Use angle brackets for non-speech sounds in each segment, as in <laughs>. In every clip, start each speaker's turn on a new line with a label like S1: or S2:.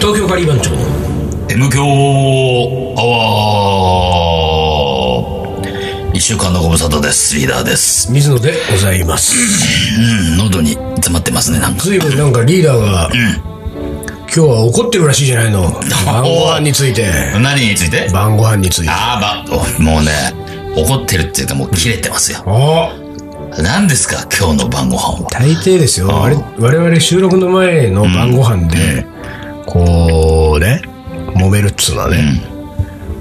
S1: 狩り番長
S2: M 強アワー一週間のご無沙汰です。リーダーです。
S1: 水野でございます
S2: うん、喉に詰まってますね、なんか。
S1: 随分なんかリーダーが、今日は怒ってるらしいじゃない
S2: <laughs>
S1: の晩ご飯について
S2: 何について
S1: 晩ご飯についてあ
S2: あーば、おもうね、怒ってるっていうかもう切れてますよ。何ですか、今日の晩ご飯は。
S1: 大抵ですよ我我々収録の前の晩ご飯で、こうね揉めるっつうのはね、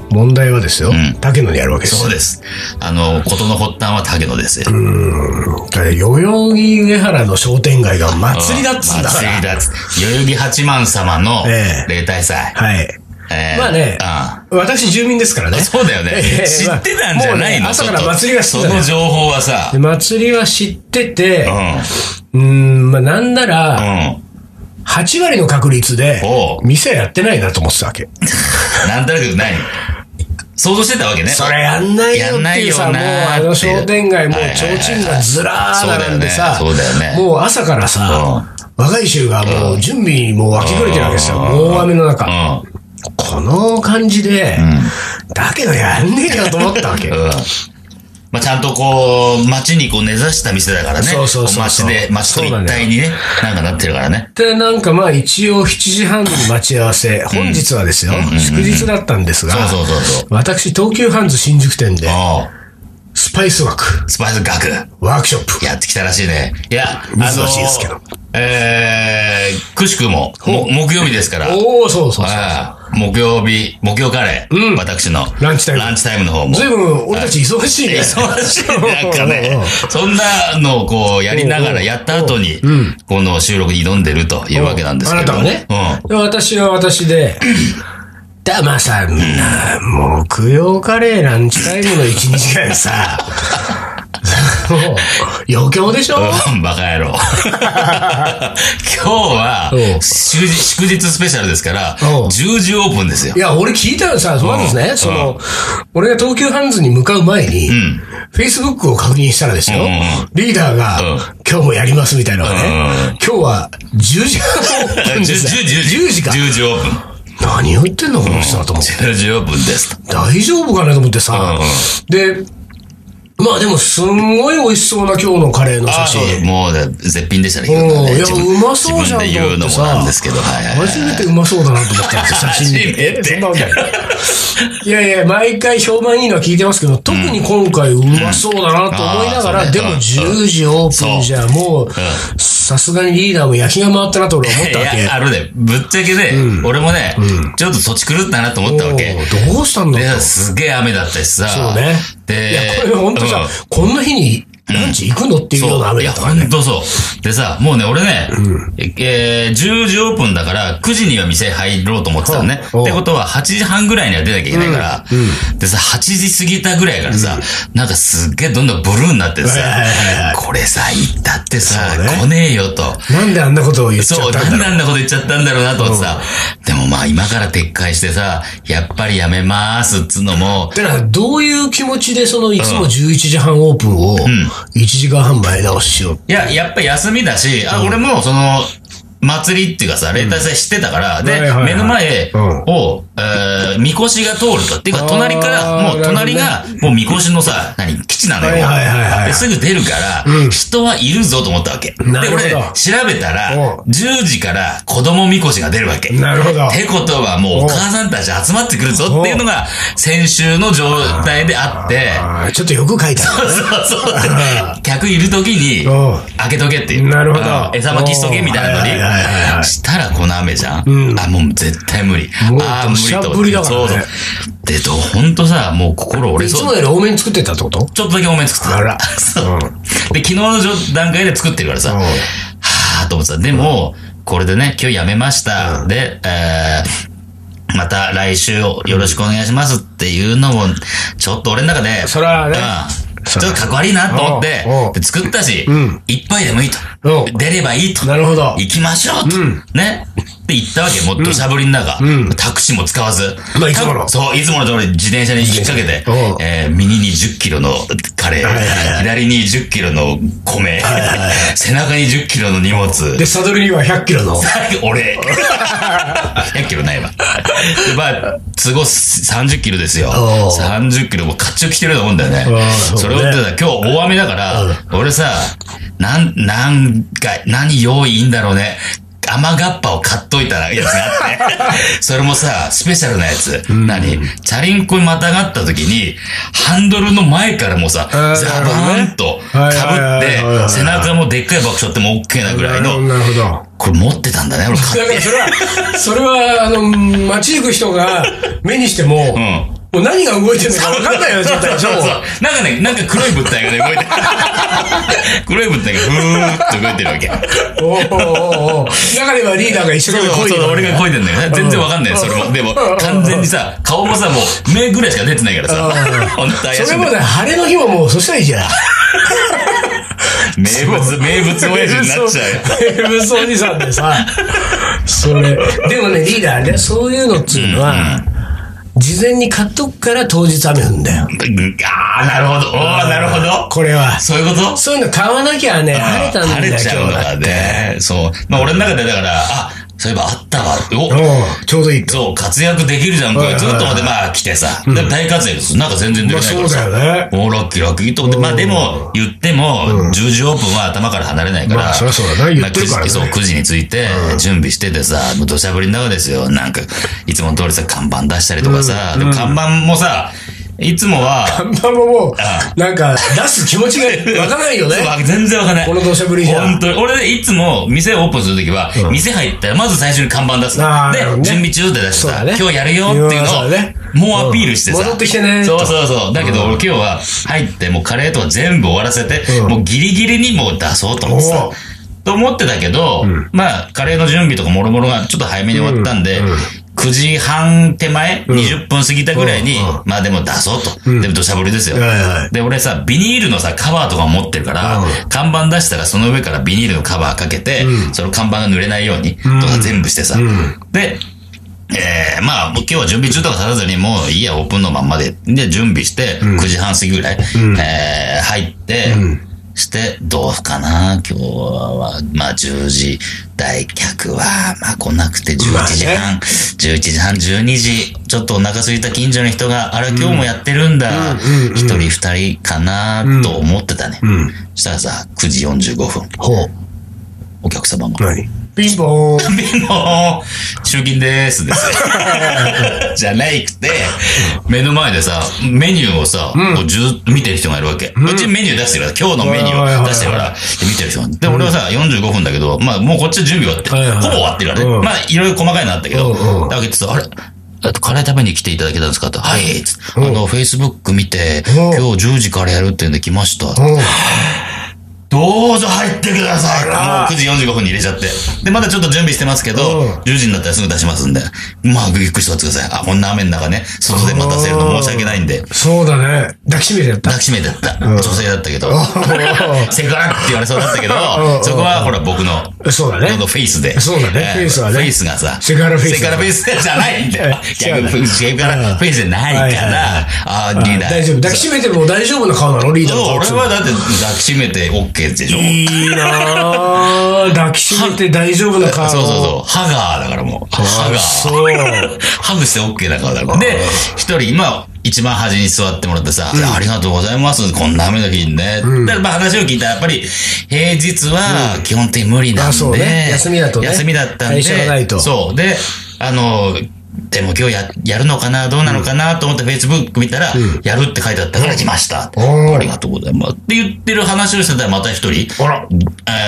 S1: 問題はですよ、
S2: ん
S1: 竹野にあるわけです
S2: そう
S1: よ
S2: です。あの、事の発端は竹野ですよ。
S1: だから代々木上原の商店街が祭りだっつうんだか
S2: 祭
S1: ら
S2: りだっつ。代々木八幡様の
S1: ええ
S2: 例大祭。
S1: はい
S2: えー
S1: まあね
S2: うん
S1: 私住民ですからね
S2: そうだよね。
S1: ええ
S2: 知ってたんじゃない
S1: まあもうね
S2: の
S1: 朝
S2: ちょっ
S1: か
S2: と
S1: ら祭りが好き
S2: そ
S1: だね
S2: の情報はさ
S1: で。祭りは知ってて
S2: う、
S1: うー
S2: ん。
S1: ん、まあなんなら、
S2: うん。
S1: 8割の確率で
S2: お、う
S1: 店やってないなと思ってたわけ。
S2: なんとなく何想像してたわけね。
S1: それやんないよ
S2: やん
S1: っ
S2: な
S1: てい
S2: いうよ
S1: さ、もう
S2: な
S1: あ
S2: ー
S1: の
S2: っていう
S1: 商店街、もう
S2: はいはいはい
S1: 提灯がずらー並んでさ
S2: そうだよねそうだよ、ね
S1: もう朝からさ、若い衆がもう準備にもう湧き暮れてるわけですよ。
S2: うん
S1: 大雨の中。
S2: うん。
S1: この感じで、だけどやんねえよと思ったわけ。
S2: <laughs> うん。まあ、ちゃんとこう、街にこう根ざした店だからね。
S1: そうそうそうそう
S2: こ街で、街と一体にね、なんかなってるからね。
S1: で、なんかまあ一応7時半に待ち合わせ。本日はですよ、祝日だったんですが、
S2: そうそうそうそう。
S1: 私、東急ハンズ新宿店で、
S2: おう
S1: スパイスワーク、
S2: スパイス学。
S1: ワークショップ。
S2: やってきたらしいね。いや、あの
S1: 珍しいですけど
S2: えー、くしくも、も木曜日ですから。
S1: おおそうそうそう。
S2: ああ木曜日、木曜カレー。
S1: うん
S2: 私の。
S1: ランチタイム
S2: ランチタイムの方も。
S1: ずいぶん、俺たち忙しいね。
S2: 忙しいね。なんかね、そんなのをこうやりながらやった後に、この収録に挑んでるというわけなんですけど。
S1: あなたはね。
S2: う
S1: で私は私で、だ、まあさ、な木曜カレーランチタイムの1、2時間さ、もう、余興でしょ
S2: ん。うん、 <laughs> バカ野郎。今日
S1: お
S2: は
S1: う
S2: 祝日、祝日スペシャルですから、
S1: おう
S2: 10時オープンですよ
S1: い。や、俺聞いたらさ、まず
S2: う
S1: ね、
S2: ん
S1: その、俺が東急ハンズに向かう前に、
S2: ん
S1: Facebook を確認したらですよ
S2: うんうん、
S1: リーダーが
S2: うん、
S1: 今日もやりますみたいなのが
S2: うんうん
S1: ね、今日は10時半オープン
S2: 10
S1: ですね
S2: 10
S1: 10時か。
S2: 10時オープン。
S1: 何を言ってんのこの人だと思って。
S2: 10時オープンですと。
S1: 大丈夫かなと思ってさ、で、まあでもすんごい美味しそうな今日のカレーの写
S2: そう
S1: 真。
S2: もうね絶品でしたね、今日の
S1: うん
S2: ね。
S1: いや
S2: 自分
S1: うまそうじゃん
S2: 自分で言うのもなんですけど、はいはいはい。
S1: 初めてうまそうだなと思ったんですよ、写真見
S2: 初め
S1: て。
S2: て
S1: そんなわけない。いやいや、毎回評判いいのは聞いてますけど、特に今回うまそうだなと思いなが
S2: うんあ
S1: ら、
S2: ー
S1: で
S2: そうね
S1: も
S2: うん
S1: 10時オープンじゃ、もう、さすがにリーダーも焼きが回ったなと俺は思ったわ
S2: い
S1: け。
S2: や、あのね、ぶっちゃけね、俺もね、ちょっと土地狂ったなと思ったわけ。
S1: おうどうしたんだ
S2: で
S1: ろう。
S2: すげえ雨だったしさ。
S1: そうね。
S2: で、
S1: いや、これ本当
S2: うん
S1: さ、こんな日にランチ行くのっていうような
S2: そう。
S1: 雨だ
S2: いや、
S1: ったから
S2: ほ
S1: ね。
S2: んとそう。でさ、もうね、俺ね、えー、10時オープンだから、9時には店入ろうと思ってたのね。
S1: ほう
S2: ってことは、8時半ぐらいには出なきゃいけないから、でさ、8時過ぎたぐらいからさ、なんかすっげえどんどんブルーになってさ
S1: はいはいはいは、
S2: これさ、行ったってさ、
S1: そうね
S2: 来ねえよと。
S1: なんであんなことを言っちゃ
S2: そ
S1: っ
S2: う、
S1: たんだろう
S2: なんであんなこと言っちゃったんだろうなと思ってさ、でもまあ今から撤回してさ、やっぱりやめまーすっつうのも、
S1: だから、どういう気持ちで、その、いつも11時半オープンを、1時間半前倒ししよう。
S2: いや、やっぱ休みだし、あ、俺もその、祭りっていうかさ、連帯祭知ってたから、で、
S1: はいはいはい
S2: 目の前
S1: うん
S2: を、えー、みこしが通ると。っていうか、
S1: あー
S2: 隣か
S1: な
S2: ら、もう
S1: るほどね
S2: 隣が、もうみこしのさ、何、基地なのよ。
S1: はいはいはいはい
S2: ですぐ出るから、人はいるぞと思ったわけ。で、
S1: なるほど
S2: 俺、調べたら
S1: うん、
S2: 10時から子供みこしが出るわけ。
S1: なるほど
S2: ってことは、もうお母さんたち集まってくるぞっていうのが、先週の状態であって、
S1: あーちょっとよく書いた
S2: そうそうそう。客いる時に
S1: うん、
S2: 開けとけっていう。
S1: なるほど
S2: うん餌まきしとけみたい
S1: うん
S2: な
S1: はいはいはい
S2: の
S1: はい
S2: に。したらこの雨じゃん、あ、もう絶対無理。
S1: もう
S2: あー無理と思って。
S1: 土砂降りだからね
S2: そうそう。で、ど、ほんとさ、もう心折
S1: い
S2: れ
S1: つ
S2: そ
S1: も
S2: う。
S1: より多めに作ってたってこと
S2: ちょっとだけ多めに作ってた。
S1: あら
S2: <laughs> そう
S1: うん。
S2: で、昨日の段階で作ってるからさ、
S1: うん
S2: はぁと思ってた。でも、これでね、今日やめました。で、えーまた来週よろしくお願いしますっていうのも、ちょっと俺の中で、
S1: それはね
S2: うんちょっとかっこ悪いなと思って
S1: おうおう、
S2: で作ったし
S1: ん、
S2: 一杯でもいいと
S1: おう。
S2: 出ればいいと。
S1: なるほど。
S2: 行きましょうと。ね。って行ったわけ、もう土砂降りの中。タクシーも使わず。
S1: まあいつもの
S2: たそう、いつもの通り自転車に引っ掛けて
S1: うん、
S2: えー右に10キロのカレー
S1: はいはいは、
S2: 左に10キロの米、背中に10キロの荷物。
S1: で、サドルには100キロの。
S2: 俺。100キロないわ。でまあ、都合30キロですよ
S1: おう。
S2: 30キロもう甲冑着てると思うんだよね
S1: う。ん
S2: それを言ってたら今日大雨だから、俺さ、なん、なんか、何用意いいんだろうね。雨がっぱを買っといたらやつがあって。それもさ、スペシャルなやつ。何チャリンコにまたがった時に、ハンドルの前からもさ、ザ
S1: あー
S2: バーンと被
S1: なるほどねはいはいはいはい
S2: っ
S1: はい
S2: て、背中もでっかい爆笑っても OK なぐらいの、
S1: なるほど。
S2: これ持ってたんだね、俺買
S1: だ
S2: っ
S1: からそれは、それ
S2: <laughs>
S1: は、あの、街行く人が目にしても、
S2: ん
S1: もう何が動いてるのか分かんないようになっちゃったでしょ。
S2: そうそうそうなんかね、なんか黒い物体がね、動
S1: <laughs>
S2: いてる。黒い物体がふーっと動いてるわけ。
S1: おおおお中ではリーダーが一緒に
S2: そうそう、俺が
S1: い
S2: 声出んだよね。全然わかんな
S1: う
S2: い、
S1: ん
S2: それも。でも、完全にさ、顔もさ、もう、目ぐらいしか出てないからさ
S1: うん、
S2: 本当怪し
S1: それ
S2: いん
S1: も
S2: だ
S1: ね、
S2: よ。
S1: 晴れの日ももう、そしたらいいじゃん。
S2: 名物、名物親父になっちゃう
S1: う。
S2: よ。
S1: ブソおじさんでさ、それ。でもね、リーダーね、そういうのっつうのは、事前に買っとくから当日雨降るんだよ。
S2: あー、なるほど。おー、なるほど。
S1: これは。
S2: そういうこと
S1: そういうの買わなきゃね、晴れたんだよ、
S2: 晴
S1: 今
S2: れ
S1: 日
S2: ちゃうの
S1: は。
S2: がね。そう。まあ、俺の中でだから、あ、そういえばあったわ。お、
S1: おうちょうどいいと。
S2: そう、活躍できるじゃん、こ
S1: い
S2: れ。
S1: はい
S2: ずっと思って、まあ、来てさ。でも大活躍です。なんか全然できないからさ。
S1: まあそうだよね
S2: もうラッキーラッキーと思って。まあ、でも、言っても、10時オープンは頭から離れないから。
S1: まあそりゃそうだな言ってるからね
S2: まあ9時そう、9時に着いて、準備しててさ、もう土砂降りの中ですよ。なんか、いつもの通りさ、看板出したりとかさ。でも、看板もさ、いつもは、
S1: 看板ももう、なんか、出す気持ち
S2: <laughs>
S1: がわかないよね。
S2: 全然わかんない。
S1: この土砂降りじゃ
S2: 本当に。俺ね、いつも店オープンするときは、店入ったらまず最初に看板出す
S1: あー
S2: の。で
S1: なるほど、ね
S2: 準備中って出して
S1: そうだ
S2: さ、
S1: ね
S2: 今日やるよっていう
S1: そうだね
S2: のを、もうアピールしてさ。
S1: うん戻ってきてね
S2: そうそうそう。だけど俺今日は入って、もうカレーとか全部終わらせて、もうギリギリにもう出そうと思ってさ
S1: おー。
S2: と思ってたけど、まあ、カレーの準備とかもろもろがちょっと早めに終わったんで、9時半手前、20分過ぎたぐらいに、まあでも出そうと。でも土砂降りですよ。
S1: はいはい
S2: で、俺さ、ビニールのさ、カバーとか持ってるから、看板出したらその上からビニールのカバーかけて、その看板が濡れないように、とか全部してさ。で、えー、まあ、もう今日は準備中とかさらずに、もういいや、オープンのまんまで。で、準備して、9時半過ぎぐらい、えー、入って、して、どうかな今日は、まあ、10時、大客は、まあ、来なくて、11時
S1: まあ
S2: 半、11時半、12時、ちょっとお腹空いた近所の人が、あら、今日もやってるんだ、一人二人かなと思ってたね。
S1: ん
S2: そしたらさ、9時45分、
S1: ほう。
S2: お客様が、
S1: 何ピンポーン。
S2: ビの集金で
S1: <laughs>
S2: すです。じゃないくて、目の前でさ、メニューをさ、こうずっと見てる人がいるわけ。うちメニュー出してるから、今日のメニューを出してるから、で見てる人が。で、俺はさ、45分だけど、まあもうこっちは準備終わって、
S1: はいはい
S2: ほぼ終わってるからね。
S1: うん
S2: まあいろいろ細かいのあったけど、
S1: うんうん
S2: だけどさ、あれあとカレー食べに来ていただけたんですかって、はい、つってあの、フェイスブック見て、
S1: うん
S2: 今日10時からやるって言うんで来ました。
S1: うん
S2: どうぞ入ってくださいもう
S1: あら
S2: 9時45分に入れちゃって。で、まだちょっと準備してますけど、
S1: うん
S2: 10時になったらすぐ出しますんで。まあ、ゆっくり座ってください。あ、こんな雨の中ね、外で待たせるの申し訳ないんで。
S1: そうだね。抱きしめてやった
S2: 抱。きしめだった。女性だったけど。
S1: ん
S2: <laughs> セクハラって言われそうだったけど
S1: う、ん
S2: そこはほら僕の、
S1: そうだね
S2: 僕のフェイスで。
S1: そうだね
S2: えー
S1: フェイスはね
S2: フェイスがさ。
S1: セクハラフェイス
S2: セクハラフェイスじゃないんだよ。
S1: え違う
S2: 逆にセクハラフェイスじゃないか
S1: はいはい
S2: ら、あー、リーダー。
S1: 大丈夫。抱きしめても大丈夫な顔なのリーダー
S2: そう
S1: の顔
S2: 俺はだって抱きしめて OK でしょ。
S1: いいなぁ。抱きしめて大丈夫な顔。
S2: <laughs> そうそうそう。ハガーだからもう。ハガー。
S1: そう。
S2: ハグして OK だからだろ。で、一人、まあ、一番端に座ってもらってさ、ありがとうございます。こんな雨の日にね。だからまあ話を聞いたら、やっぱり、平日は基本的に無理なん
S1: あ
S2: で。
S1: そうね休みだとね
S2: 休みだったんで。
S1: 会社がないと
S2: そう。で、あの、でも今日や、やるのかなどうなのかなと思って Facebook 見たら、やるって書いてあったから来ました。
S1: おー
S2: ありがとうございます。って言ってる話をしてたらまた一人、
S1: あら。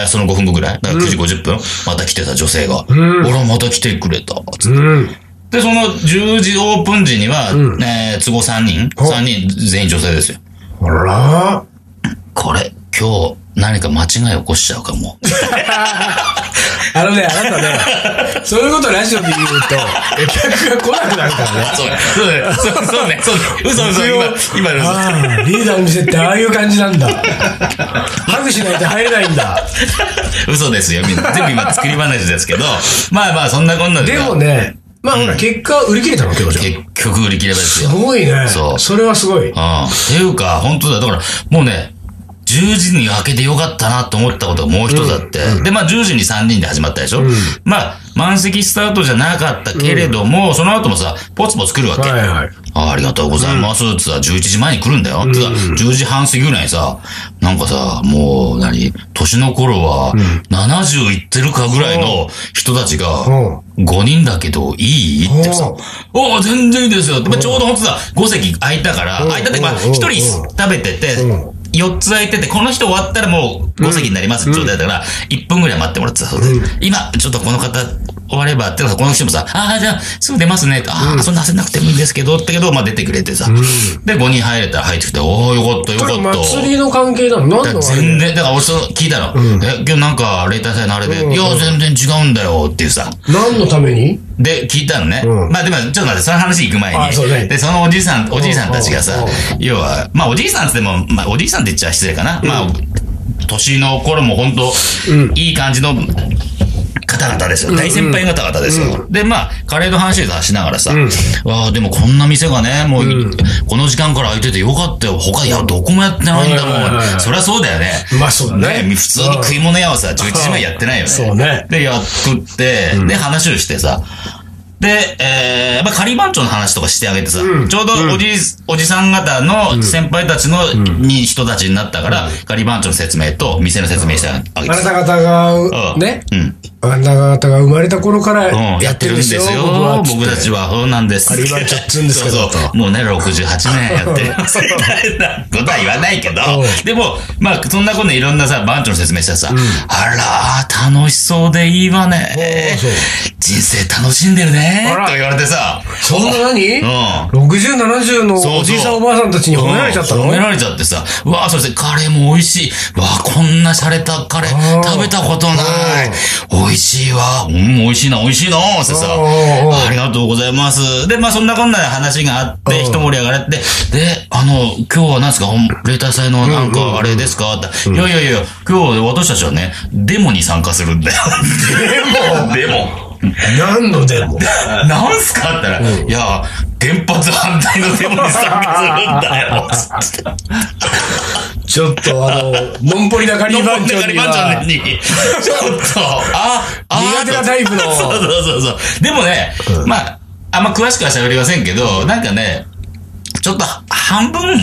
S2: えーその5分後ぐらい、だから9時50分、また来てた女性が、俺はまた来てくれた、つって
S1: うん。
S2: で、その10時オープン時には、えー都合3人、3人全員女性ですよ。
S1: あら
S2: これ、今日、何か間違い起こしちゃうかも。
S1: あのね、あなたね、
S2: <laughs>
S1: そういうことラジオで言うと、お客が来なくなるからね。
S2: そうね。そうね。そうそうね。そうね。嘘嘘。今、今の嘘。
S1: ああ、リーダーの店ってああいう感じなんだ。ハグしないと入れないんだ。
S2: 嘘ですよ、みんな。全部今作り話ですけど。まあまあ、そんなこんな
S1: でも、ね、まあほら、結果売り切れたの、結構じゃん。
S2: 結局売り切ればです
S1: す
S2: よ。うん。っ
S1: ごいね。
S2: そう
S1: それはすごい。
S2: ていうか、本当だ。だから、もうね、10時に開けてよかったなと思ったことがもう一つあって、で、まあ10時に3人で始まったでしょ、まあ、満席スタートじゃなかったけれども、その後もさ、ポツポツ来るわけ。
S1: はいはい。
S2: あありがとうございます。つったら11時前に来るんだよ。つったら10時半過ぎぐらいにさ、なんかさ、もう何、年の頃は、70いってるかぐらいの人たちが、
S1: うん
S2: 5人だけどいいってさ
S1: うん、
S2: おお全然いいですよって、まあちょうどほんとさ、5席空いたから、空いたって、まあ
S1: うん
S2: 1人食べてて
S1: うん、
S2: 4つ空いてて、この人終わったらもう5席になりますって状態だから、1分ぐらい待ってもらってたそうで、今、ちょっとこの方終わればって、この人もさ、ああ、じゃあすぐ出ますねって、ああ、そんな焦んなくてもいいんですけど、ってけど、まあ出てくれてさ、で、5人入れたら入ってきて、おおよかったよ
S1: こ
S2: か
S1: れ
S2: った。
S1: 祭りの関係なの何のあれ
S2: 全然、だから俺そう聞いたの。え、今日なんか、例大祭のあれで、いや、全然違うんだよっていうさ。
S1: 何のために
S2: で、聞いたのね。
S1: うん
S2: まあでも、ちょっと待って、その話行く前
S1: あ
S2: に。
S1: そうね
S2: で、そのおじいさん、おじいさんたちがさ
S1: うんうん、
S2: 要は、まあおじいさんって言っても、まあおじいさんって言っちゃ失礼かな。まあ、年の頃も本当、いい感じの方々ですよ。大先輩方々ですよ。で、まあ、カレーの話をしながらさ、わあ、でもこんな店がね、もう、この時間から空いててよかったよ。他、いや、どこもやってないんだ
S1: はいはいはいは
S2: もん。
S1: い
S2: そりゃそうだよね。
S1: まあそうだね
S2: 普通に食い物屋はさ、11時前やってないよね。
S1: そうね
S2: で、やっとって、で、話をしてさ、で、えー、まあ、仮番長の話とかしてあげてさ、ちょうどおじい、おじさん方の先輩たちの、に人たちになったから、仮番長の説明と店の説明してあげ
S1: あ
S2: て
S1: な
S2: さ。
S1: た方が、
S2: うん
S1: ね、
S2: うん。
S1: あなた方が生まれた頃から
S2: うん
S1: や
S2: や
S1: っ
S2: ってて
S1: る
S2: る
S1: ん
S2: ん
S1: で
S2: ですす
S1: よ、
S2: よ。
S1: 僕は
S2: 僕たちは、そうなんです。
S1: カリバンチョっつうんですけど
S2: そうそうもうね、68年やってる。 <laughs> そんなことは言わないけど
S1: うん、
S2: でも、まあ、そんなこといろんなさ、番長の説明したらさ、あら、楽しそうでいいわね
S1: おーそう。
S2: 人生楽しんでるね。
S1: あら
S2: と言われてさ、
S1: そんな何、
S2: うん。
S1: ?60、70のおじいさんおばあさんたちに褒められちゃったの
S2: うん褒められちゃってさ、うわあ、そしてカレーも美味しい。うわあ、こんな洒落たカレ
S1: あ
S2: ー
S1: ー
S2: 食べたことない。美味しいわ。うん、美味しいな、美味しいな。ってさ、
S1: おーおーおー
S2: ありがとうございます。で、まあそんなこんな話があって、
S1: うん
S2: 一盛り上がって、で、あの、今日は何ですか、ほん例大祭のなんかあれですかっていやいやいや、今日私たちはね、デモに参加するんだよ。 <laughs> デモデモ
S1: 何のでも。
S2: なんすかって言ったら、いや、原発反対のデモに参加するんだよ。
S1: ちょっと
S2: <laughs>
S1: あの、のんぽりなカリバンチョには
S2: に、ちょっと、あ、あ、
S1: 苦手なタイプの
S2: <laughs> そうそうそうそう。でもね、まあ、あんま詳しくは喋りませんけど、なんかね、ちょっと半分、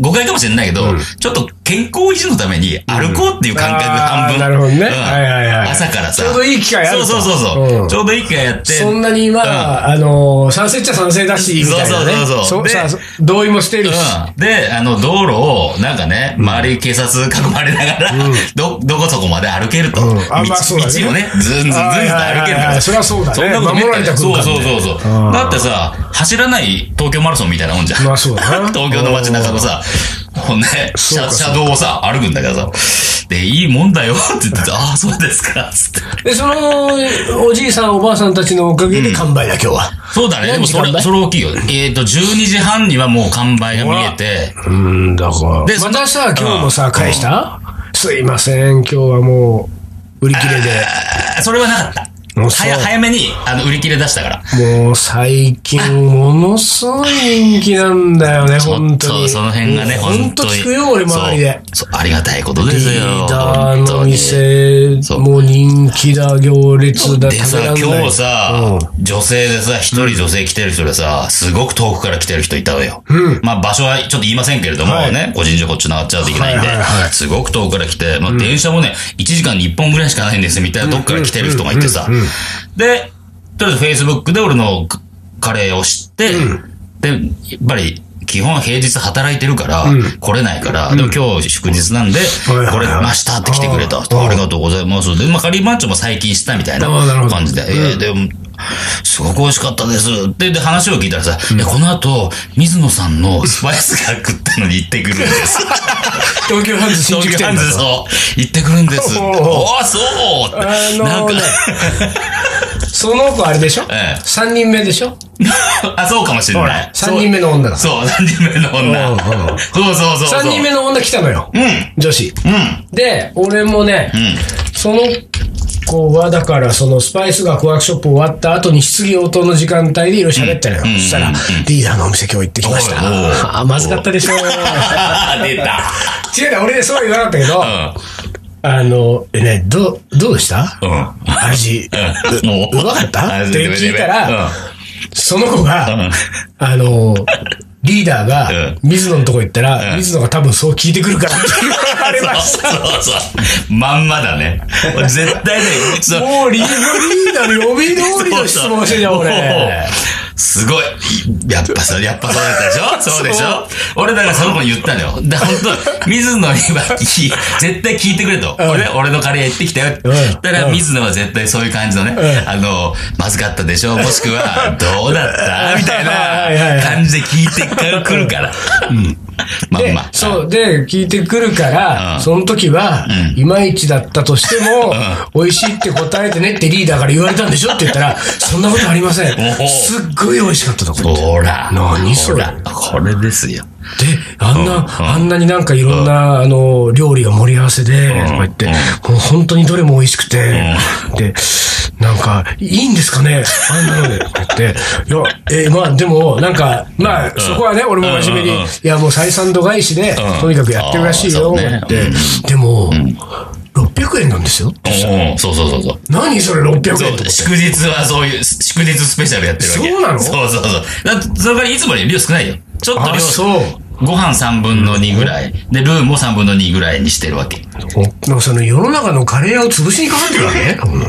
S2: 誤解かもしれないけど、ちょっと健康維持のために歩こうっていう感覚
S1: うん
S2: 半
S1: あー
S2: 分。
S1: なるほどね
S2: うん
S1: はいはいはい
S2: 朝からさ。
S1: ちょうどいい機会ある
S2: そう
S1: と
S2: そうそうそうう。
S1: ん
S2: ちょうどいい機会やって。
S1: そんなにまあ、あの、賛成っちゃ賛成だし、みたいなね。
S2: そうそうそうそうで
S1: さ同意もしてるし。
S2: うんで、あの、道路を、なんかね、周り警察囲まれながら、ど、どこそこまで歩けると。
S1: うん
S2: 道
S1: あまあそうだね
S2: 道をね、ずんずんずんずんと
S1: はいはい
S2: 歩
S1: はい
S2: ける
S1: は
S2: か
S1: い
S2: ら。
S1: そりゃそうだね
S2: んなことめったに
S1: 守られた空間
S2: そう
S1: で
S2: そうそうそう
S1: うん。
S2: だってさ、走らない東京マラソンみたいなもんじゃん。
S1: まあそうだな
S2: <laughs> 東京の街中のさ、ほんね、
S1: そう
S2: 車
S1: かそう
S2: 車道をさ、歩くんだけどさ、で、いいもんだよって言ってて、ああ、そうですか、つって。
S1: で、その、おじいさんおばあさんたちのおかげで完売だ、今日は。
S2: そうだね、でもそ
S1: 何時間だ
S2: れ、
S1: い
S2: それ大きいよ。えっと、12時半にはもう完売が見えて、
S1: うん、だから。
S2: で
S1: また
S2: そ
S1: さ
S2: の、
S1: 今日も
S2: う
S1: さ、
S2: ん
S1: 返したすいません、今日はもう、売り切れ
S2: あそれはなかった。
S1: もうそう
S2: 早早めにあの売り切れ出したから。
S1: で。もう最近、ものすごい人気なんだよね、本
S2: ちょ
S1: 当
S2: っと
S1: に。
S2: その辺がね、
S1: もう本
S2: 本
S1: 当
S2: 当に。
S1: 聞くよ、俺周りで。
S2: そう。そうありがたいことで
S1: リ
S2: すよ。
S1: ーダー
S2: 本
S1: の
S2: 当に
S1: 店
S2: そう
S1: もう人気だ、行列だ、
S2: でさ、今
S1: 食べらんない
S2: 日さ、女性でさ、一人女性来てる人でさ、すごく遠くから来てる人いたのよ。まあ場所はちょっと言いませんけれども
S1: はい
S2: ね、個人情報ちょっとなっちゃうといけないんで
S1: はいはいは、
S2: すごく遠くから来て、まあ電車もね、1時間に1本ぐらいしかないんですみたいなとこから来てる人がいてさ、で、とりあえず Facebook で俺のカレーを知って、で、やっぱり、基本は平日働いてるから、来れないから、でも今日祝日なんで、
S1: いはいはい
S2: 来れましたって来てくれた。ありがとうございます。で、まあ、カリーマンチョも最近したみたいな
S1: あーなるほど
S2: 感じで、えーでも、すごく美味しかったです。で、で、話を聞いたらさ、いやこの後、水野さんのスパイスが食ったのに行ってくるんです。
S1: 東京ハンズ <laughs> 新宿
S2: 東京ハ
S1: 店
S2: ン
S1: だ
S2: ズ、そう、行ってくるんです。
S1: お
S2: お
S1: ー
S2: おそ
S1: あ
S2: う
S1: のー
S2: なんか
S1: ね、その子あれでしょ
S2: ええ
S1: 三人目でしょ
S2: あ、そうかも <laughs> しれない。
S1: 三人目の女だから。
S2: そう、3人目の
S1: うんう
S2: 女
S1: ん。
S2: そうそうそうそう。
S1: 三人目の女来たのよ。
S2: うん。
S1: 女子。
S2: うん。 <laughs>
S1: で、俺もね、
S2: うん。
S1: その子は、だから、そのスパイス学ワークショップ終わった後に質疑応答の時間帯でいろいろ喋ったのよ。
S2: うんうん
S1: そしたら
S2: うん、
S1: リーダーのお店今日行ってきました。
S2: おいおい
S1: あー、まずかったでしょう。
S2: 出た。
S1: 違うね、俺ね、そうは言わなかったけど、あの、えね、どう、 <laughs> どうでした
S2: うん。
S1: 味、
S2: <laughs> うん。も
S1: うまかったって聞いたら、
S2: うん
S1: その子が、
S2: うん
S1: あの、リーダー
S2: う
S1: が
S2: ん、
S1: 水野のとこ行ったら、
S2: うん
S1: 水野が多分そう聞いてくるからって言われま
S2: そう
S1: した。
S2: そうそう。まんまだね。絶対ね、そ
S1: <laughs>
S2: う
S1: もうリーリーダーの呼び通りの質問してんじゃん、俺。
S2: すごい。やっぱそう、やっぱそうだったでし
S1: <laughs>
S2: ょそうでしょ俺だからその子に言ったのよ。で、本当水野には聞い絶対聞いてくれと。
S1: ん
S2: 俺ね、俺のカレー行ってきたよって
S1: うん
S2: 言ったら、
S1: うん
S2: 水野は絶対そういう感じのね、
S1: ん
S2: あの、まずかったでしょもしくは、どうだったみた
S1: はいはい
S2: い
S1: はい
S2: な感じで聞いてくるから。うん。ま
S1: で
S2: んま。
S1: そう、で、聞いてくるから、
S2: うん
S1: その時は、
S2: うん
S1: いまいちだったとしても、美味しいって答えてねってリーダーから言われたんでしょって言ったら、そんなことありません。
S2: おお
S1: すっごい美味しかったとこ言って。
S2: ほら。
S1: 何それ
S2: ほらこれですよ。
S1: で、あんな、
S2: うん
S1: あんなになんかいろんな、あの、料理が盛り合わせで、とか言って、
S2: うん
S1: もう本当にどれも美味しくて、で、なんか、いいんですかねあんなので、とか言って、いや、えーまあでも、なんか、まあ、そこはね、俺も真面目
S2: う
S1: に、
S2: んうん
S1: い
S2: うん
S1: や、もう採算度外視で、
S2: ん
S1: とにかくやってるらしいよ、
S2: あー
S1: っ
S2: そ
S1: て、
S2: うね
S1: でも、600円なんですよ。
S2: うんそうそうそうそう。
S1: 何それ600円とか
S2: そう
S1: っ、て。
S2: 祝日はそういう、祝日スペシャルやってるわけ。
S1: そうなの
S2: そうそうそう。だってそれからいつもより量少ないよ。ちょっと
S1: あ、
S2: 量
S1: そう。
S2: ご飯3分の2ぐらい。で、ルーも3分の2ぐらいにしてるわけ。か
S1: なんかその世の中のカレー屋を潰しにかかってるわけ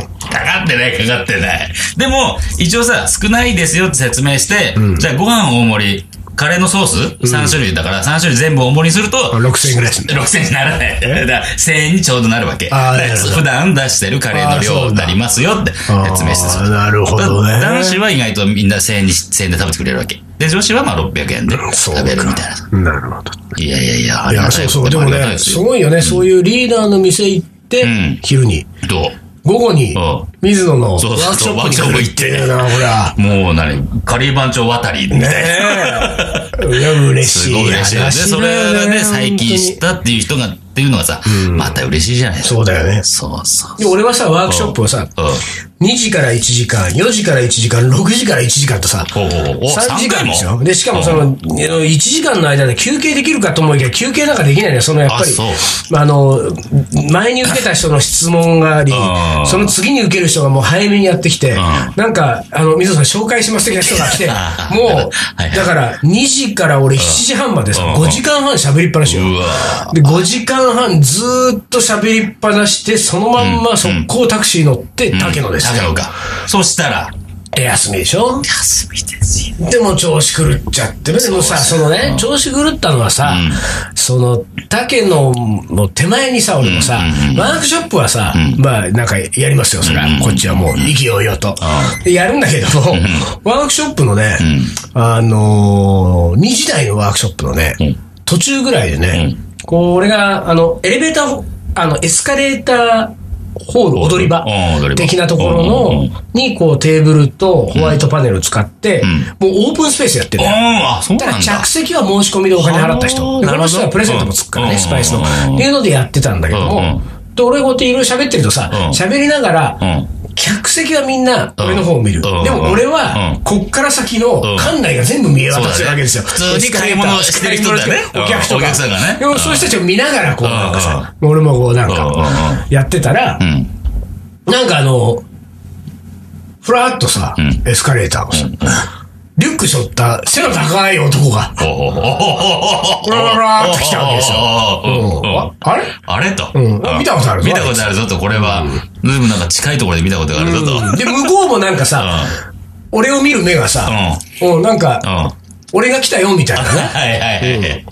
S2: かってない、かかってない。でも、一応さ、少ないですよって説明して、じゃあご飯大盛り、カレーのソース3種類だから、3種類全部大盛りにすると、
S1: あ6000円ぐらいですね。
S2: 6000円にならない。だから1000円にちょうどなるわけ。
S1: あーなるほど
S2: 普段出してるカレーの量になりますよって説明して
S1: あーなるほどね。
S2: 男子は意外とみんな1000円に、1000円で食べてくれるわけ。で、女子はまあ600円で
S1: そうか
S2: 食べるみたい
S1: なるほど。
S2: な。いやいやいや、
S1: い
S2: ありが
S1: や、
S2: た
S1: そ
S2: いう
S1: そう。でも
S2: ありがたい
S1: ね、
S2: ですすよ
S1: ごいよね。そういうリーダーの店行って
S2: ん、
S1: 昼に。
S2: どう
S1: 午後に
S2: うん、
S1: 水野のワ
S2: そうそうそう
S1: ークショップに来るっていうな、ほら。
S2: もう何カリー番長渡りみたいな。
S1: え。 <laughs> いや、嬉
S2: す
S1: し
S2: ごい
S1: い
S2: 嬉しいよね。
S1: 話
S2: そ
S1: だ
S2: れ
S1: よね。
S2: がね、最近知
S1: 本
S2: ったっていう人が、っていうのがさ、また嬉しいじゃないで
S1: 当に
S2: すか。
S1: そうだよね。
S2: そうそう
S1: で俺はさ、ワークショップをさ、
S2: うん。
S1: 2時から1時間、4時から1時間、6時から1時間とさ、
S2: おうおうおう
S1: 3時
S2: 三
S1: 間
S2: 回も
S1: ですよ。で、しかもその、1時間の間で休憩できるかと思いきや、休憩なんかできないね。そのやっぱり
S2: あそう、
S1: まああの、前に受けた人の質問があり
S2: <laughs> う、ん
S1: その次に受ける人がもう早めにやってきて、なんか、あの、水野さん紹介します的な人が
S2: <laughs>
S1: 来て
S2: あ、ー
S1: も
S2: はいは
S1: う、
S2: い
S1: だから2時から俺7時半までさ、
S2: うん
S1: 5時間半喋りっぱなしよ。
S2: うわ
S1: で、5時間半ずーっと喋りっぱなしで、そのまんま速攻タクシー乗って、竹野です。
S2: 高野か。そしたら、
S1: で、休みでしょ
S2: 休みですよ。
S1: でも調子狂っちゃってる。でもさ、そのね、調子狂ったのはさ、その、竹野の手前にさ、俺もさ、ワークショップはさ、まあ、なんかやりますよ、それは。こっちはもう、意気揚々と。でやるんだけども、ワークショップのね、あのー、2時台のワークショップのね、
S2: ん
S1: 途中ぐらいでね、こう、俺が、あの、エレベーター、あの、エスカレーター、ホール、踊り場
S2: うん踊り場
S1: 的なところ
S2: うんうんう
S1: の、に、こう、テーブルとホワイトパネルを使って、もうオープンスペースやってる
S2: うん、あ、そう
S1: だか
S2: な
S1: ら
S2: んだ
S1: 着。席は申し込みでお金払った
S2: あ
S1: 人。
S2: ー
S1: で
S2: な
S1: こ
S2: る
S1: の
S2: ほど
S1: 人はプレゼントもつくから
S2: う
S1: ね、
S2: ん
S1: スパイスの。
S2: うん
S1: っていうのでやってたんだけど
S2: うんう
S1: も
S2: ん、
S1: で、俺こうやっていろいろ喋ってるとさ
S2: うん、
S1: 喋りなが
S2: う
S1: ら、
S2: ん。
S1: 客席はみんな俺の方を見る。で
S2: うん
S1: も俺
S2: う
S1: は
S2: ん、
S1: こっから先の
S2: うん
S1: 館内が全部見え渡ってるわけですよ。
S2: そうだね普通に買い物してる人だね
S1: お客とか。
S2: お客さんがね
S1: でもそういう人たちを見ながら、こうなんかさ、俺もこうなん
S2: うんうん
S1: か、やってたら
S2: う、ん。
S1: なんかあの、ふらっとさ、
S2: ん
S1: エスカレーターをさ、リュック背負った背の高い男が、
S2: おおおお
S1: ブラブラブラーって来たわけですよ。うんあ
S2: よ。
S1: あれ
S2: あれと。
S1: うんあ見たことあるぞ
S2: 見たことあるぞと、これは。ずいぶんなんか近いところで見たことがあるぞと。うん。うん。
S1: で、向こうもなんかさ、俺を見る目がさ、うん、なんか、
S2: うん。
S1: 俺が来たよみたいなね。
S2: はいはいはい。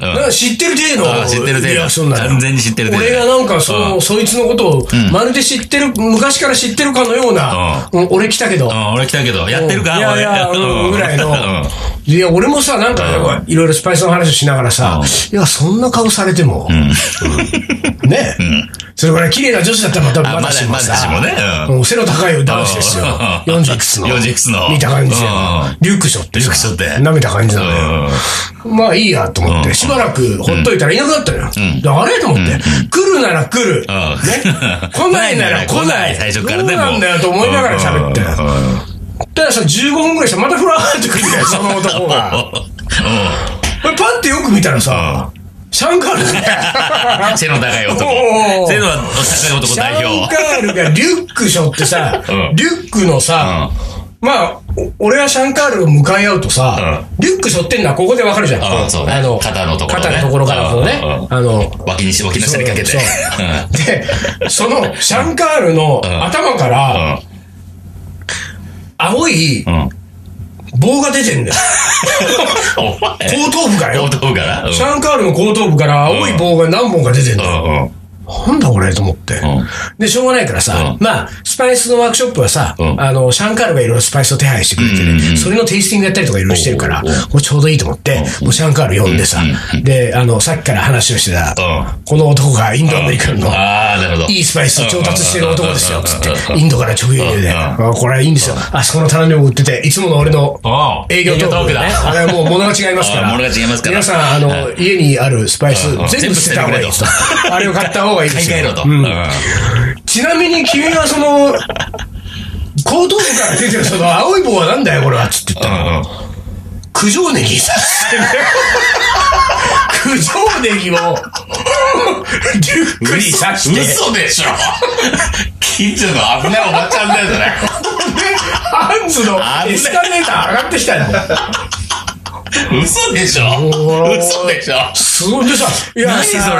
S1: なんか知ってる体の
S2: あ知ってる体の
S1: リアクションなの
S2: 完全に知ってる体
S1: 俺がなんかその、そいつのことを、まるで知ってる、昔から知ってるかのような、うん俺来たけど
S2: う、ん、俺来たけど、やってるか
S1: いやいや、
S2: 俺
S1: うんぐらいの
S2: うん。
S1: いや、俺もさ、なんか、いろいろスパイスの話をしながらさ
S2: うん、
S1: いや、そんな顔されても、うんねそれからい綺麗な女子だったらまた、ま
S2: あ
S1: だしもさ
S2: まだしもねうん
S1: もう背の高い男子ですよ。
S2: うん
S1: 40いくつの。
S2: 40いくつの
S1: 見た感じで
S2: うん。
S1: リュック背負ってさ。
S2: リュック背負って
S1: 舐めた感じなのよ。
S2: うん
S1: まあいいやと思っ
S2: う
S1: て、
S2: ん
S1: しばらくほっといたらいなくなったのよ。であれと思って、来るなら来る。ね
S2: うん。
S1: 来ないなら
S2: <laughs>
S1: 来ない。
S2: 最初から
S1: どう
S2: ね、もう
S1: なんだよと思いながら喋って。
S2: うんうんうん
S1: たださ、15分ぐらいしたらまたフラーって来るんだよ、その男
S2: <laughs>
S1: が。パッてよく見たらさ、シャンカール
S2: <laughs>
S1: が。
S2: 背の高い男
S1: おー。
S2: 背の高い男
S1: シ
S2: 代
S1: ャン
S2: 表。
S1: カールがリュック背負ってさ、
S2: うん
S1: リュックのさ、まあ、お俺はシャンカールを向かい合うとさ、リュック背負ってんのはここでわかるじゃん。
S2: うんそうね
S1: あの、
S2: 肩のところね
S1: 肩のところからこうね
S2: うんうんう、ん
S1: あの、
S2: 脇にし、脇の下にかけて。
S1: そうそうで、そのシャンカールの頭から青い
S2: うんうんうん
S1: 棒が出てんだよ。
S2: お前、
S1: 後頭部からよ
S2: 後。頭部からうん
S1: シャンカールの後頭部から青い棒が何本か出てんだよ。
S2: うんうん
S1: なんだこれと思って。で、しょうがないからさ、
S2: う
S1: まあ、スパイスのワークショップはさ、
S2: うん
S1: あの、シャンカールがいろいろスパイスを手配してくれて
S2: うんうんう
S1: ね、
S2: ん
S1: それのテイスティングやったりとかいろいろしてるから、
S2: お
S1: も
S2: うおう
S1: うちょうどいいと思って、もうシャンカール呼んでさ
S2: うんうん、
S1: で、あの、さっきから話をしてた
S2: う、
S1: この男がインドアメリカンの、
S2: ああ、なるほど。
S1: いいスパイスを調達してる男ですよ、つって
S2: う。ん
S1: インドから直輸入で。
S2: うん
S1: あこれはいいんですよ。あそこの棚にも売ってて、いつもの俺の
S2: あー
S1: 営業トーク
S2: 営業トーク
S1: だ。
S2: だ
S1: あれはもう物が違いますから。
S2: あ物が違いますから
S1: 皆さん、あの、家にあるスパイス
S2: うんうん、
S1: 全部捨てた方がいいです
S2: 全部捨ててくれ。と
S1: あれを買った方がいいで
S2: 買い
S1: す
S2: 替
S1: よ。
S2: えろと。
S1: うん
S2: うん
S1: ちなみに君はその、後頭部から出てるその青い棒はなんだよ、これは。つって言ったら、九条ネギ刺してる。九条ネギを、 <laughs> リュックに刺して。
S2: 嘘でしょ近所の危ないおばちゃんだよ、それ。
S1: ハンズのエスカレーター上がってきたよ。
S2: 嘘でしょ
S1: ー
S2: 嘘でしょ
S1: すごい。でさ、い
S2: 何それ
S1: さ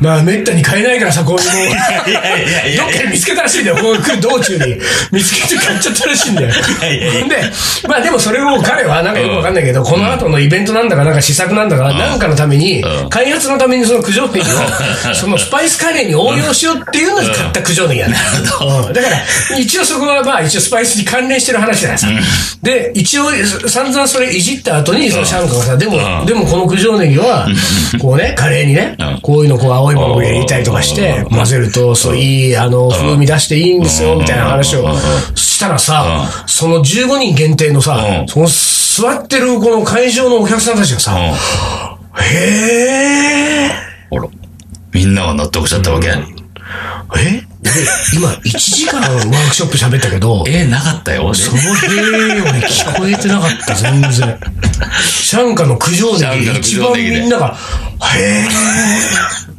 S1: まあ、めったに買えないからさ、こういうも
S2: いやいやい
S1: どっ
S2: やい
S1: か
S2: や。
S1: で見つけたらしいんだよ。こう来る道中に。見つけて買っちゃったらしいんだよ。
S2: やいやいや
S1: で、まあでもそれを彼はなんかよくわかんないけど、この後のイベントなんだかなんか試作なんだかなんかのために、
S2: うん
S1: 開発のためにその九条ネギ
S2: <laughs>
S1: を、そのスパイスカレーに応用しようっていうのに買った九条ネギなんだよ。うんだから、一応そこはまあ一応スパイスに関連してる話じゃないですか。で、一応散々それいじった後に、そのシャンカがさ、でも、
S2: うん
S1: でもこの九条ネギは、こうね、カレーにね
S2: うん、
S1: こういうのこう青いものを入れたりとかして
S2: う、ん
S1: 混ぜると、そういい、あの、風味出していいんですよ、
S2: うん
S1: みたいな話を
S2: うん
S1: したらさ、その15人限定のさ
S2: う、ん
S1: その座ってるこの会場のお客さんたちがさ、
S2: うん
S1: へー。
S2: ほら。みんなが納得しちゃったわけ。
S1: えで今、1時間ワークショップ喋ったけど、
S2: えー、なかったよ。俺
S1: そのへーよね、聞こえてなかった、全然。シャンカの九条
S2: シャン
S1: ネ
S2: カ
S1: ギ、
S2: の
S1: 一
S2: 九
S1: 番
S2: 条ネギで
S1: みんなが、へー。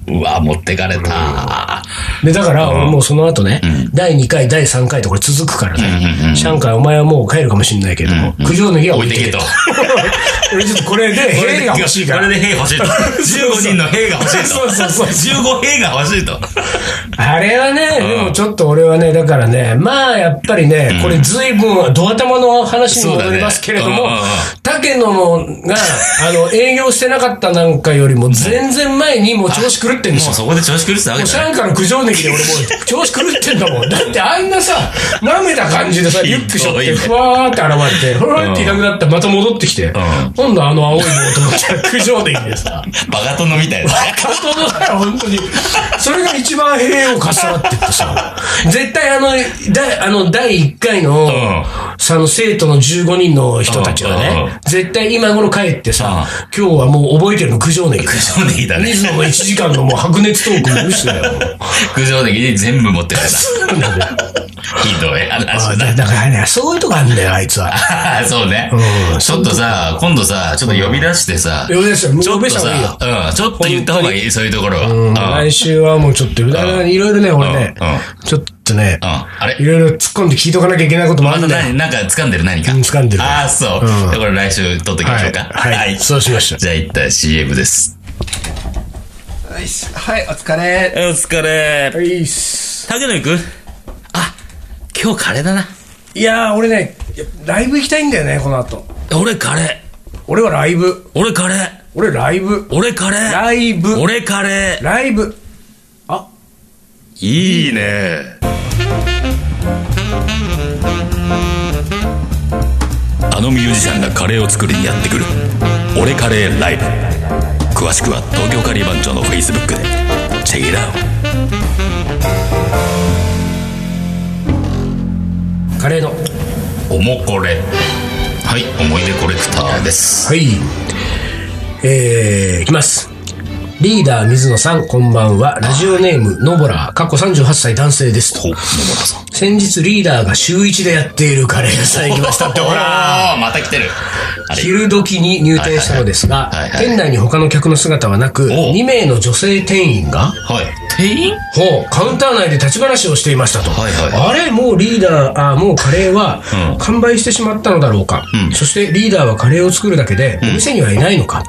S2: うわ、持ってかれた。
S1: で、だから、俺もうその後ね、第2回、第3回とこれ続くから
S2: うんうんう
S1: ね、
S2: ん
S1: シャンカイお前はもう帰るかもしれないけれども、九条ネギは
S2: 置
S1: 置
S2: い
S1: いてけ
S2: てけ
S1: と
S2: と。。
S1: <laughs> 俺ちょっとこれで、
S2: <laughs>
S1: 兵が欲しいから
S2: こ。れで兵欲しいと。15人の兵が欲しいと。
S1: そうそうそう
S2: 15兵が欲し <laughs> いと。
S1: あれはね、でもちょっと俺はね、だからね、まあやっぱりね、これ随分、ドア玉の話に戻りますけれど
S2: そう
S1: も
S2: だねうんうんうん、
S1: 竹野のが、あの、営業してなかったなんかよりも全然前にもう調子狂ってんです
S2: も
S1: よ
S2: う。そこで調子狂ってたわ
S1: も
S2: け
S1: うシ
S2: だね。
S1: ャンカの九条ネギで俺もう調子狂ってんだもん。だってあんなさ、舐めた感じでさ、リュックしょって、ふわーって現れて、ふわーっていなくなったらまた戻ってきて、今度あの青い棒と思ったら九条ネギで
S2: <laughs>
S1: さ、
S2: バカ殿みたいな。
S1: 本当だから本当に。それが一番平をかっさらってってさ、絶対あの、だあの、第1回の、
S2: ん
S1: その生徒の15人の人たちはね、
S2: うんうん
S1: 絶対今頃帰ってさ、今日はもう覚えてるの九条ネギ。
S2: 九条ネギだね。
S1: 水野の1時間のもう白熱トーク無
S2: <laughs>
S1: 視だよ。
S2: 九条ネギに全部持ってかれた。ひどい
S1: あ
S2: 話だ
S1: だ。だからね、そういうとこあんだよ、あいつは。
S2: あー <laughs> そうね
S1: うん。
S2: ちょっとさ、今度さ、ちょっと呼び出してさ、
S1: 呼び出したらもう
S2: ちょっと
S1: 呼び出した方がいいよ
S2: さ、うん、ちょっと言った方がいい、そういうところは。うん。うん。
S1: 来週はもうちょっと、いろいろね、俺ね
S2: うんうん、
S1: ちょっとね、
S2: あれ
S1: いろいろ突っ込んで聞いとかなきゃいけないこともあ
S2: あ
S1: る
S2: と
S1: んだよ。
S2: 何、なんか掴んでる何か。
S1: うん掴んでる
S2: ああ、そう。
S1: うん
S2: だから来週撮っときましょうか。
S1: はいはいそうしましょう
S2: じゃあ一旦 CM です。
S3: はいしはい、お疲れ。
S2: お疲れ。
S1: いいっす
S2: 竹野行くあ、今日カレーだな。
S1: いやー、俺ね、ライブ行きたいんだよね、この後。
S2: 俺カレー。
S1: 俺はライブ。
S2: 俺カレー。
S1: 俺ライブ。
S2: 俺カレー。
S1: ライブ
S2: 俺カレ
S1: ライブ。あ、
S2: ー。いいね。あのミュージシャンがカレーを作りにやってくる。俺カレーライブ。詳しくは東京カリー番長のフェイスブックで。チェックイラー。
S1: カレーの。
S2: おもこれ。はい、思い出コレクターです。
S1: はい。えー、いきます。リーダー水野さん、こんばんは。ラジオネーム、ノボラー、過去38歳男性です
S2: ほ、
S1: と。
S2: 野村さん。
S1: 先日リーダーが週一でやっているカレー屋さん <laughs> 行きましたって、ほら。
S2: おーまた来てる。あれ
S1: 昼時に入店したのですが
S2: はいはい、はい
S1: 店内に他の客の姿はなく、
S2: おう
S1: 2名の女性店員が、
S2: はい。店員
S1: ほう、カウンター内で立ち話をしていましたと。
S2: はいは
S1: あれ、もうリーダー、あもうカレーは
S2: うん
S1: 完売してしまったのだろうか。
S2: うん
S1: そしてリーダーはカレーを作るだけで、お店にはいないのか。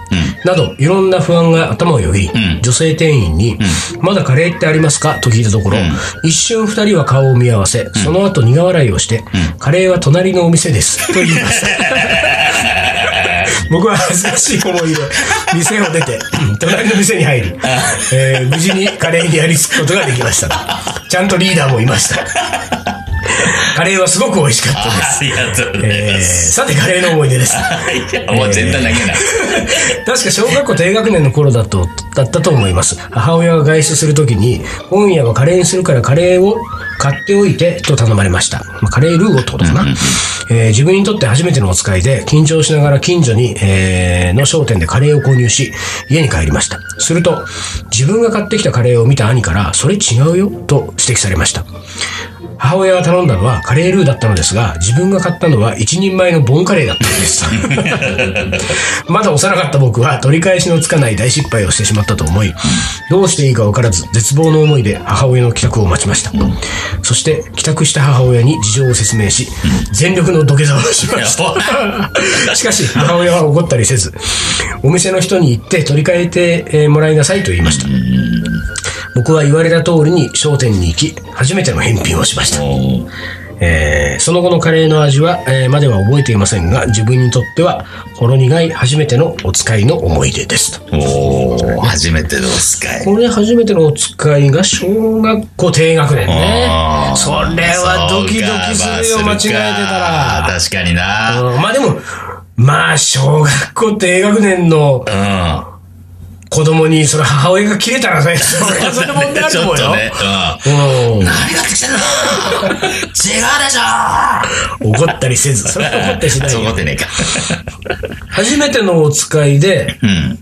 S1: など、いろんな不安が頭をよぎ、
S2: ん
S1: 女性店員に、まだカレーってありますかと聞いたところ、一瞬二人は顔を見合わせ、その後苦笑いをして、カレーは隣のお店です。と言いました。
S2: <laughs>
S1: 僕は恥ずかしい思いで、店を出て、うん隣の店に入り、えー無事にカレーにやりつくことができました。ちゃんとリーダーもいました。カレーはすごく美味しかったです。
S2: ありがとうござい
S1: えー
S2: ます。
S1: さて、カレーの思い出です。
S2: いやもう全体だけな。
S1: 確か小学校低学年の頃だと、だったと思います。母親が外出するときに、今夜はカレーにするからカレーを買っておいてと頼まれました。まあカレールーをってことかな。えー自分にとって初めてのお使いで、緊張しながら近所に、えーの商店でカレーを購入し、家に帰りました。すると、自分が買ってきたカレーを見た兄から、それ違うよ、と指摘されました。母親が頼んだのはカレールーだったのですが、自分が買ったのは一人前のボンカレーだったのです。 <laughs> まだ幼かった僕は取り返しのつかない大失敗をしてしまったと思い、どうしていいかわからず、絶望の思いで母親の帰宅を待ちました。そして、帰宅した母親に事情を説明し、全力の土下座をしました。しかし、母親は怒ったりせず、お店の人に行って取り替えてえーもらいなさいと言いました。僕は言われた通りに商店に行き、初めての返品をしました。
S2: もう
S1: えーその後のカレーの味は、えーまでは覚えていませんが、自分にとっては、ほろ苦い初めてのお使いの思い出ですと。
S2: おー初めてのスカイ。
S1: これ初めてのお使いが小学校低学年ね
S2: あ。ー
S1: それはドキドキする
S2: そう
S1: よ、
S2: か
S1: 間
S2: ま
S1: 違
S2: あ
S1: えてたら。
S2: するか確かにな。
S1: うんまあでも、まあ小学校低学年の
S2: う
S1: 子供に、それ母親が切れたら
S2: <laughs>
S1: ね、それはそれで問題ある
S2: ん。ち
S1: と
S2: ょ
S1: 思
S2: っ
S1: うよ
S2: と。ね。うん
S1: うん
S2: 何買ってきてんの違うでしょ
S1: 怒ったりせず、それは怒ったりしない
S2: <laughs> そ
S1: よ
S2: こ。でねえか。
S1: 初めてのお使いで、
S2: うん。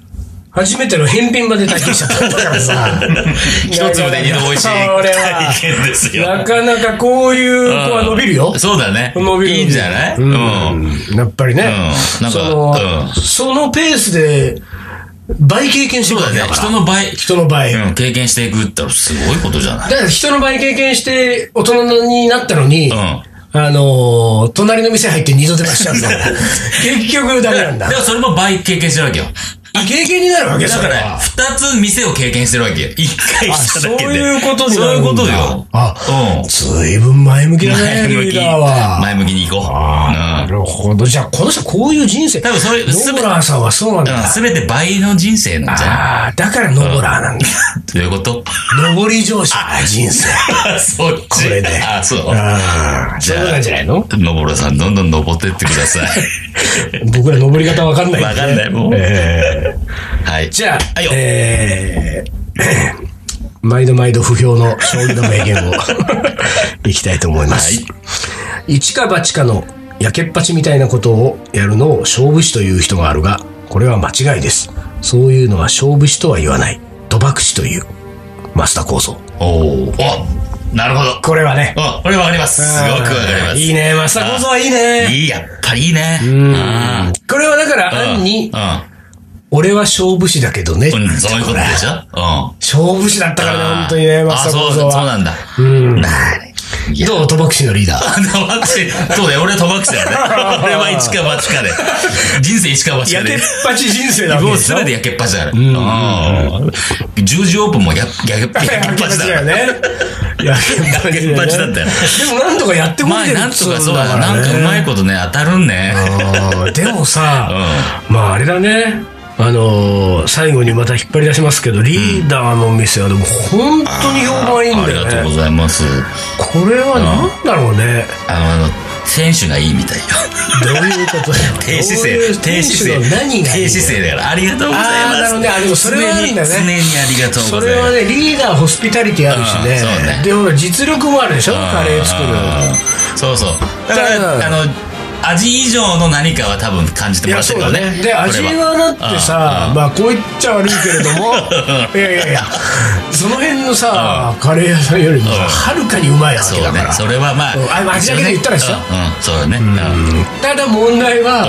S1: 初めての返品まで体験しちゃったからさ。
S2: <laughs> 一粒で二度美味しい
S1: 俺は
S2: 体験ですよ。
S1: なかなかこういう子は伸びるよ。
S2: そうだね。
S1: 伸びる
S2: いいんじゃない
S1: うん
S2: うん。
S1: やっぱりね。
S2: うんなんか
S1: その、
S2: うん
S1: そのペースで、倍経験して
S2: そ
S1: る
S2: う
S1: わ
S2: だ
S1: けだ
S2: ね。
S1: から。
S2: 人の倍、
S1: 人の倍。
S2: うん経験していくってすごいことじゃない
S1: だから人の倍経験して大人になったのに、
S2: うん
S1: あのー隣の店入って二度手出し
S2: <laughs>
S1: ちゃうんだから。結局ダメなんだ
S2: で。もそれも倍経験してるわけよ。
S1: あ経験になるわけ
S2: だ
S1: そ
S2: か
S1: れは
S2: ら、二つ店を経験してるわけよ。一回
S1: あ
S2: した
S1: そう
S2: だけで。
S1: いうことになるんだ
S2: そういうことよ。
S1: あ
S2: うん。
S1: ずいぶん前向きだね、
S2: 前向
S1: リー
S2: き。
S1: ダーは。
S2: 前向きに行こう。
S1: なるほど。じゃあ、この人こういう人生。
S2: 多分それ
S1: ノボラーさんはそうなんだ。
S2: うん。すべて倍の人生なんじゃない
S1: ああ、だからノボラーなんだ。
S2: どういうこと
S1: 上り上昇な人生。
S2: そっち。
S1: これで
S2: あ、そう。
S1: ああ、そうなんじゃないの
S2: のぼろさん、どんどん登ってってくださ
S1: <laughs> 僕ら登り方わかんない
S2: い。
S1: んで
S2: わかんない、もう。
S1: え
S2: はい。
S1: ーじゃあ、
S2: はいよ
S1: えー毎度毎度不評の将棋の名言を
S2: <laughs>
S1: いきたいと思います。一か八かのやけっぱちみたいなことをやるのを勝負師という人があるが、これは間違いです。そういうのは勝負師とは言わない。賭博師という。増田構造。
S2: おーおなるほど。
S1: これはね。
S2: あ、これわかります。すごくわかります。
S1: いいね。増田構造はいい
S2: あ。
S1: ね。
S2: いい、やっぱりいいね。
S1: うん
S2: あ
S1: これはだか
S2: ー
S1: ら、暗に
S2: う、ん。
S1: 俺は勝負師だけどね。
S2: うん、 <laughs> そういうことでしょうん。
S1: 勝負師だったからね、本当にね、増
S2: あ、
S1: 田
S2: そ
S1: 構
S2: う、
S1: 造
S2: そう
S1: は。
S2: なんだ。 <laughs>
S1: うん
S2: いや
S1: どう賭博師のリーダー。
S2: あ賭博士そうだよ、俺は賭博士だ
S1: <laughs>
S2: よね。俺は一か八かで。人生一か八かで。
S1: ぱち人生
S2: もうすべてやけっぱちだから。うん。十字オープンもや、や
S1: <laughs>
S2: けっぱち
S1: やけっぱちだ
S2: だ
S1: よ
S2: よ。
S1: ね。やけ
S2: やけっぱちだったよね
S1: でもなんとかやってこい
S2: 前
S1: でる
S2: なんとかそうだ
S1: か
S2: な。
S1: ら
S2: な
S1: ね
S2: んかうまいことね、当たるね。
S1: あーでもさ、まああれだね。あのー最後にまた引っ張り出しますけど、リーダーの店はでも本当に評判いいん
S2: あ
S1: だ
S2: りがとう
S1: よ
S2: ご
S1: ね。
S2: ざいます。
S1: これはなんだろうね。
S2: あの、あの、選手がいいみたいよ。
S1: どういうことだよ。
S2: <laughs> 低姿
S1: どうい
S2: 勢
S1: う、
S2: 低姿
S1: 選手
S2: 勢
S1: の、何がいい
S2: 低姿勢だから、ありがとうござい
S1: あ
S2: ま
S1: ー
S2: す。
S1: なるほどねあでもそれはあるんだね
S2: 常に、常にありがとうございます。
S1: それはね、リーダーホスピタリティあるし
S2: うんそう
S1: ね
S2: ね。
S1: で、ほら、実力もあるでしょカレー作る。
S2: るそうそうだか
S1: だから
S2: らあの味以上の何かは多分感じて
S1: い
S2: も
S1: や、
S2: らって
S1: そ
S2: る
S1: う
S2: よ
S1: だ
S2: ね
S1: ね。で、味はだってさ、まあ、こう言っちゃ悪いけれど
S2: <laughs>
S1: も、いやいやいや、その辺のさ、カレー屋さんよりもさ
S2: うん
S1: はるかにうまいわ
S2: そ
S1: け
S2: う
S1: だ
S2: ね
S1: から。
S2: それはま
S1: うんあま
S2: あ
S1: あ味だけで言ったらですよ
S2: うんうんそうだねうん
S1: ただ問題
S2: う
S1: は
S2: ん、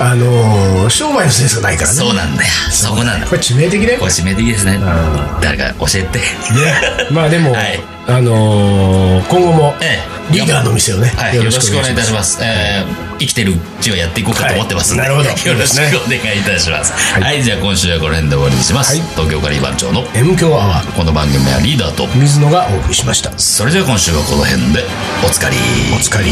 S1: あのー、商売のセンスがないからね。
S2: そうなんだよそこなんだ
S1: これ致命的だよ
S2: こ。れ締め的ですね誰か教えて
S1: ね <laughs> まあでも、
S2: はい
S1: あのー今後も
S2: ええ
S1: リーダーの店をね、
S2: はいよろしくお願いいたしますえー生きてるうちをやっていこうかと思ってますんで
S1: はいなるほど
S2: よろしくお願いいたします
S1: い
S2: はいじゃあ今週はこの辺で終わりにします
S1: はい
S2: 東京カリー番長の
S1: M 強アワー
S2: この番組はリーダーと
S1: 水野がお送りしました。
S2: それでは今週はこの辺でおつかり
S1: お疲れ。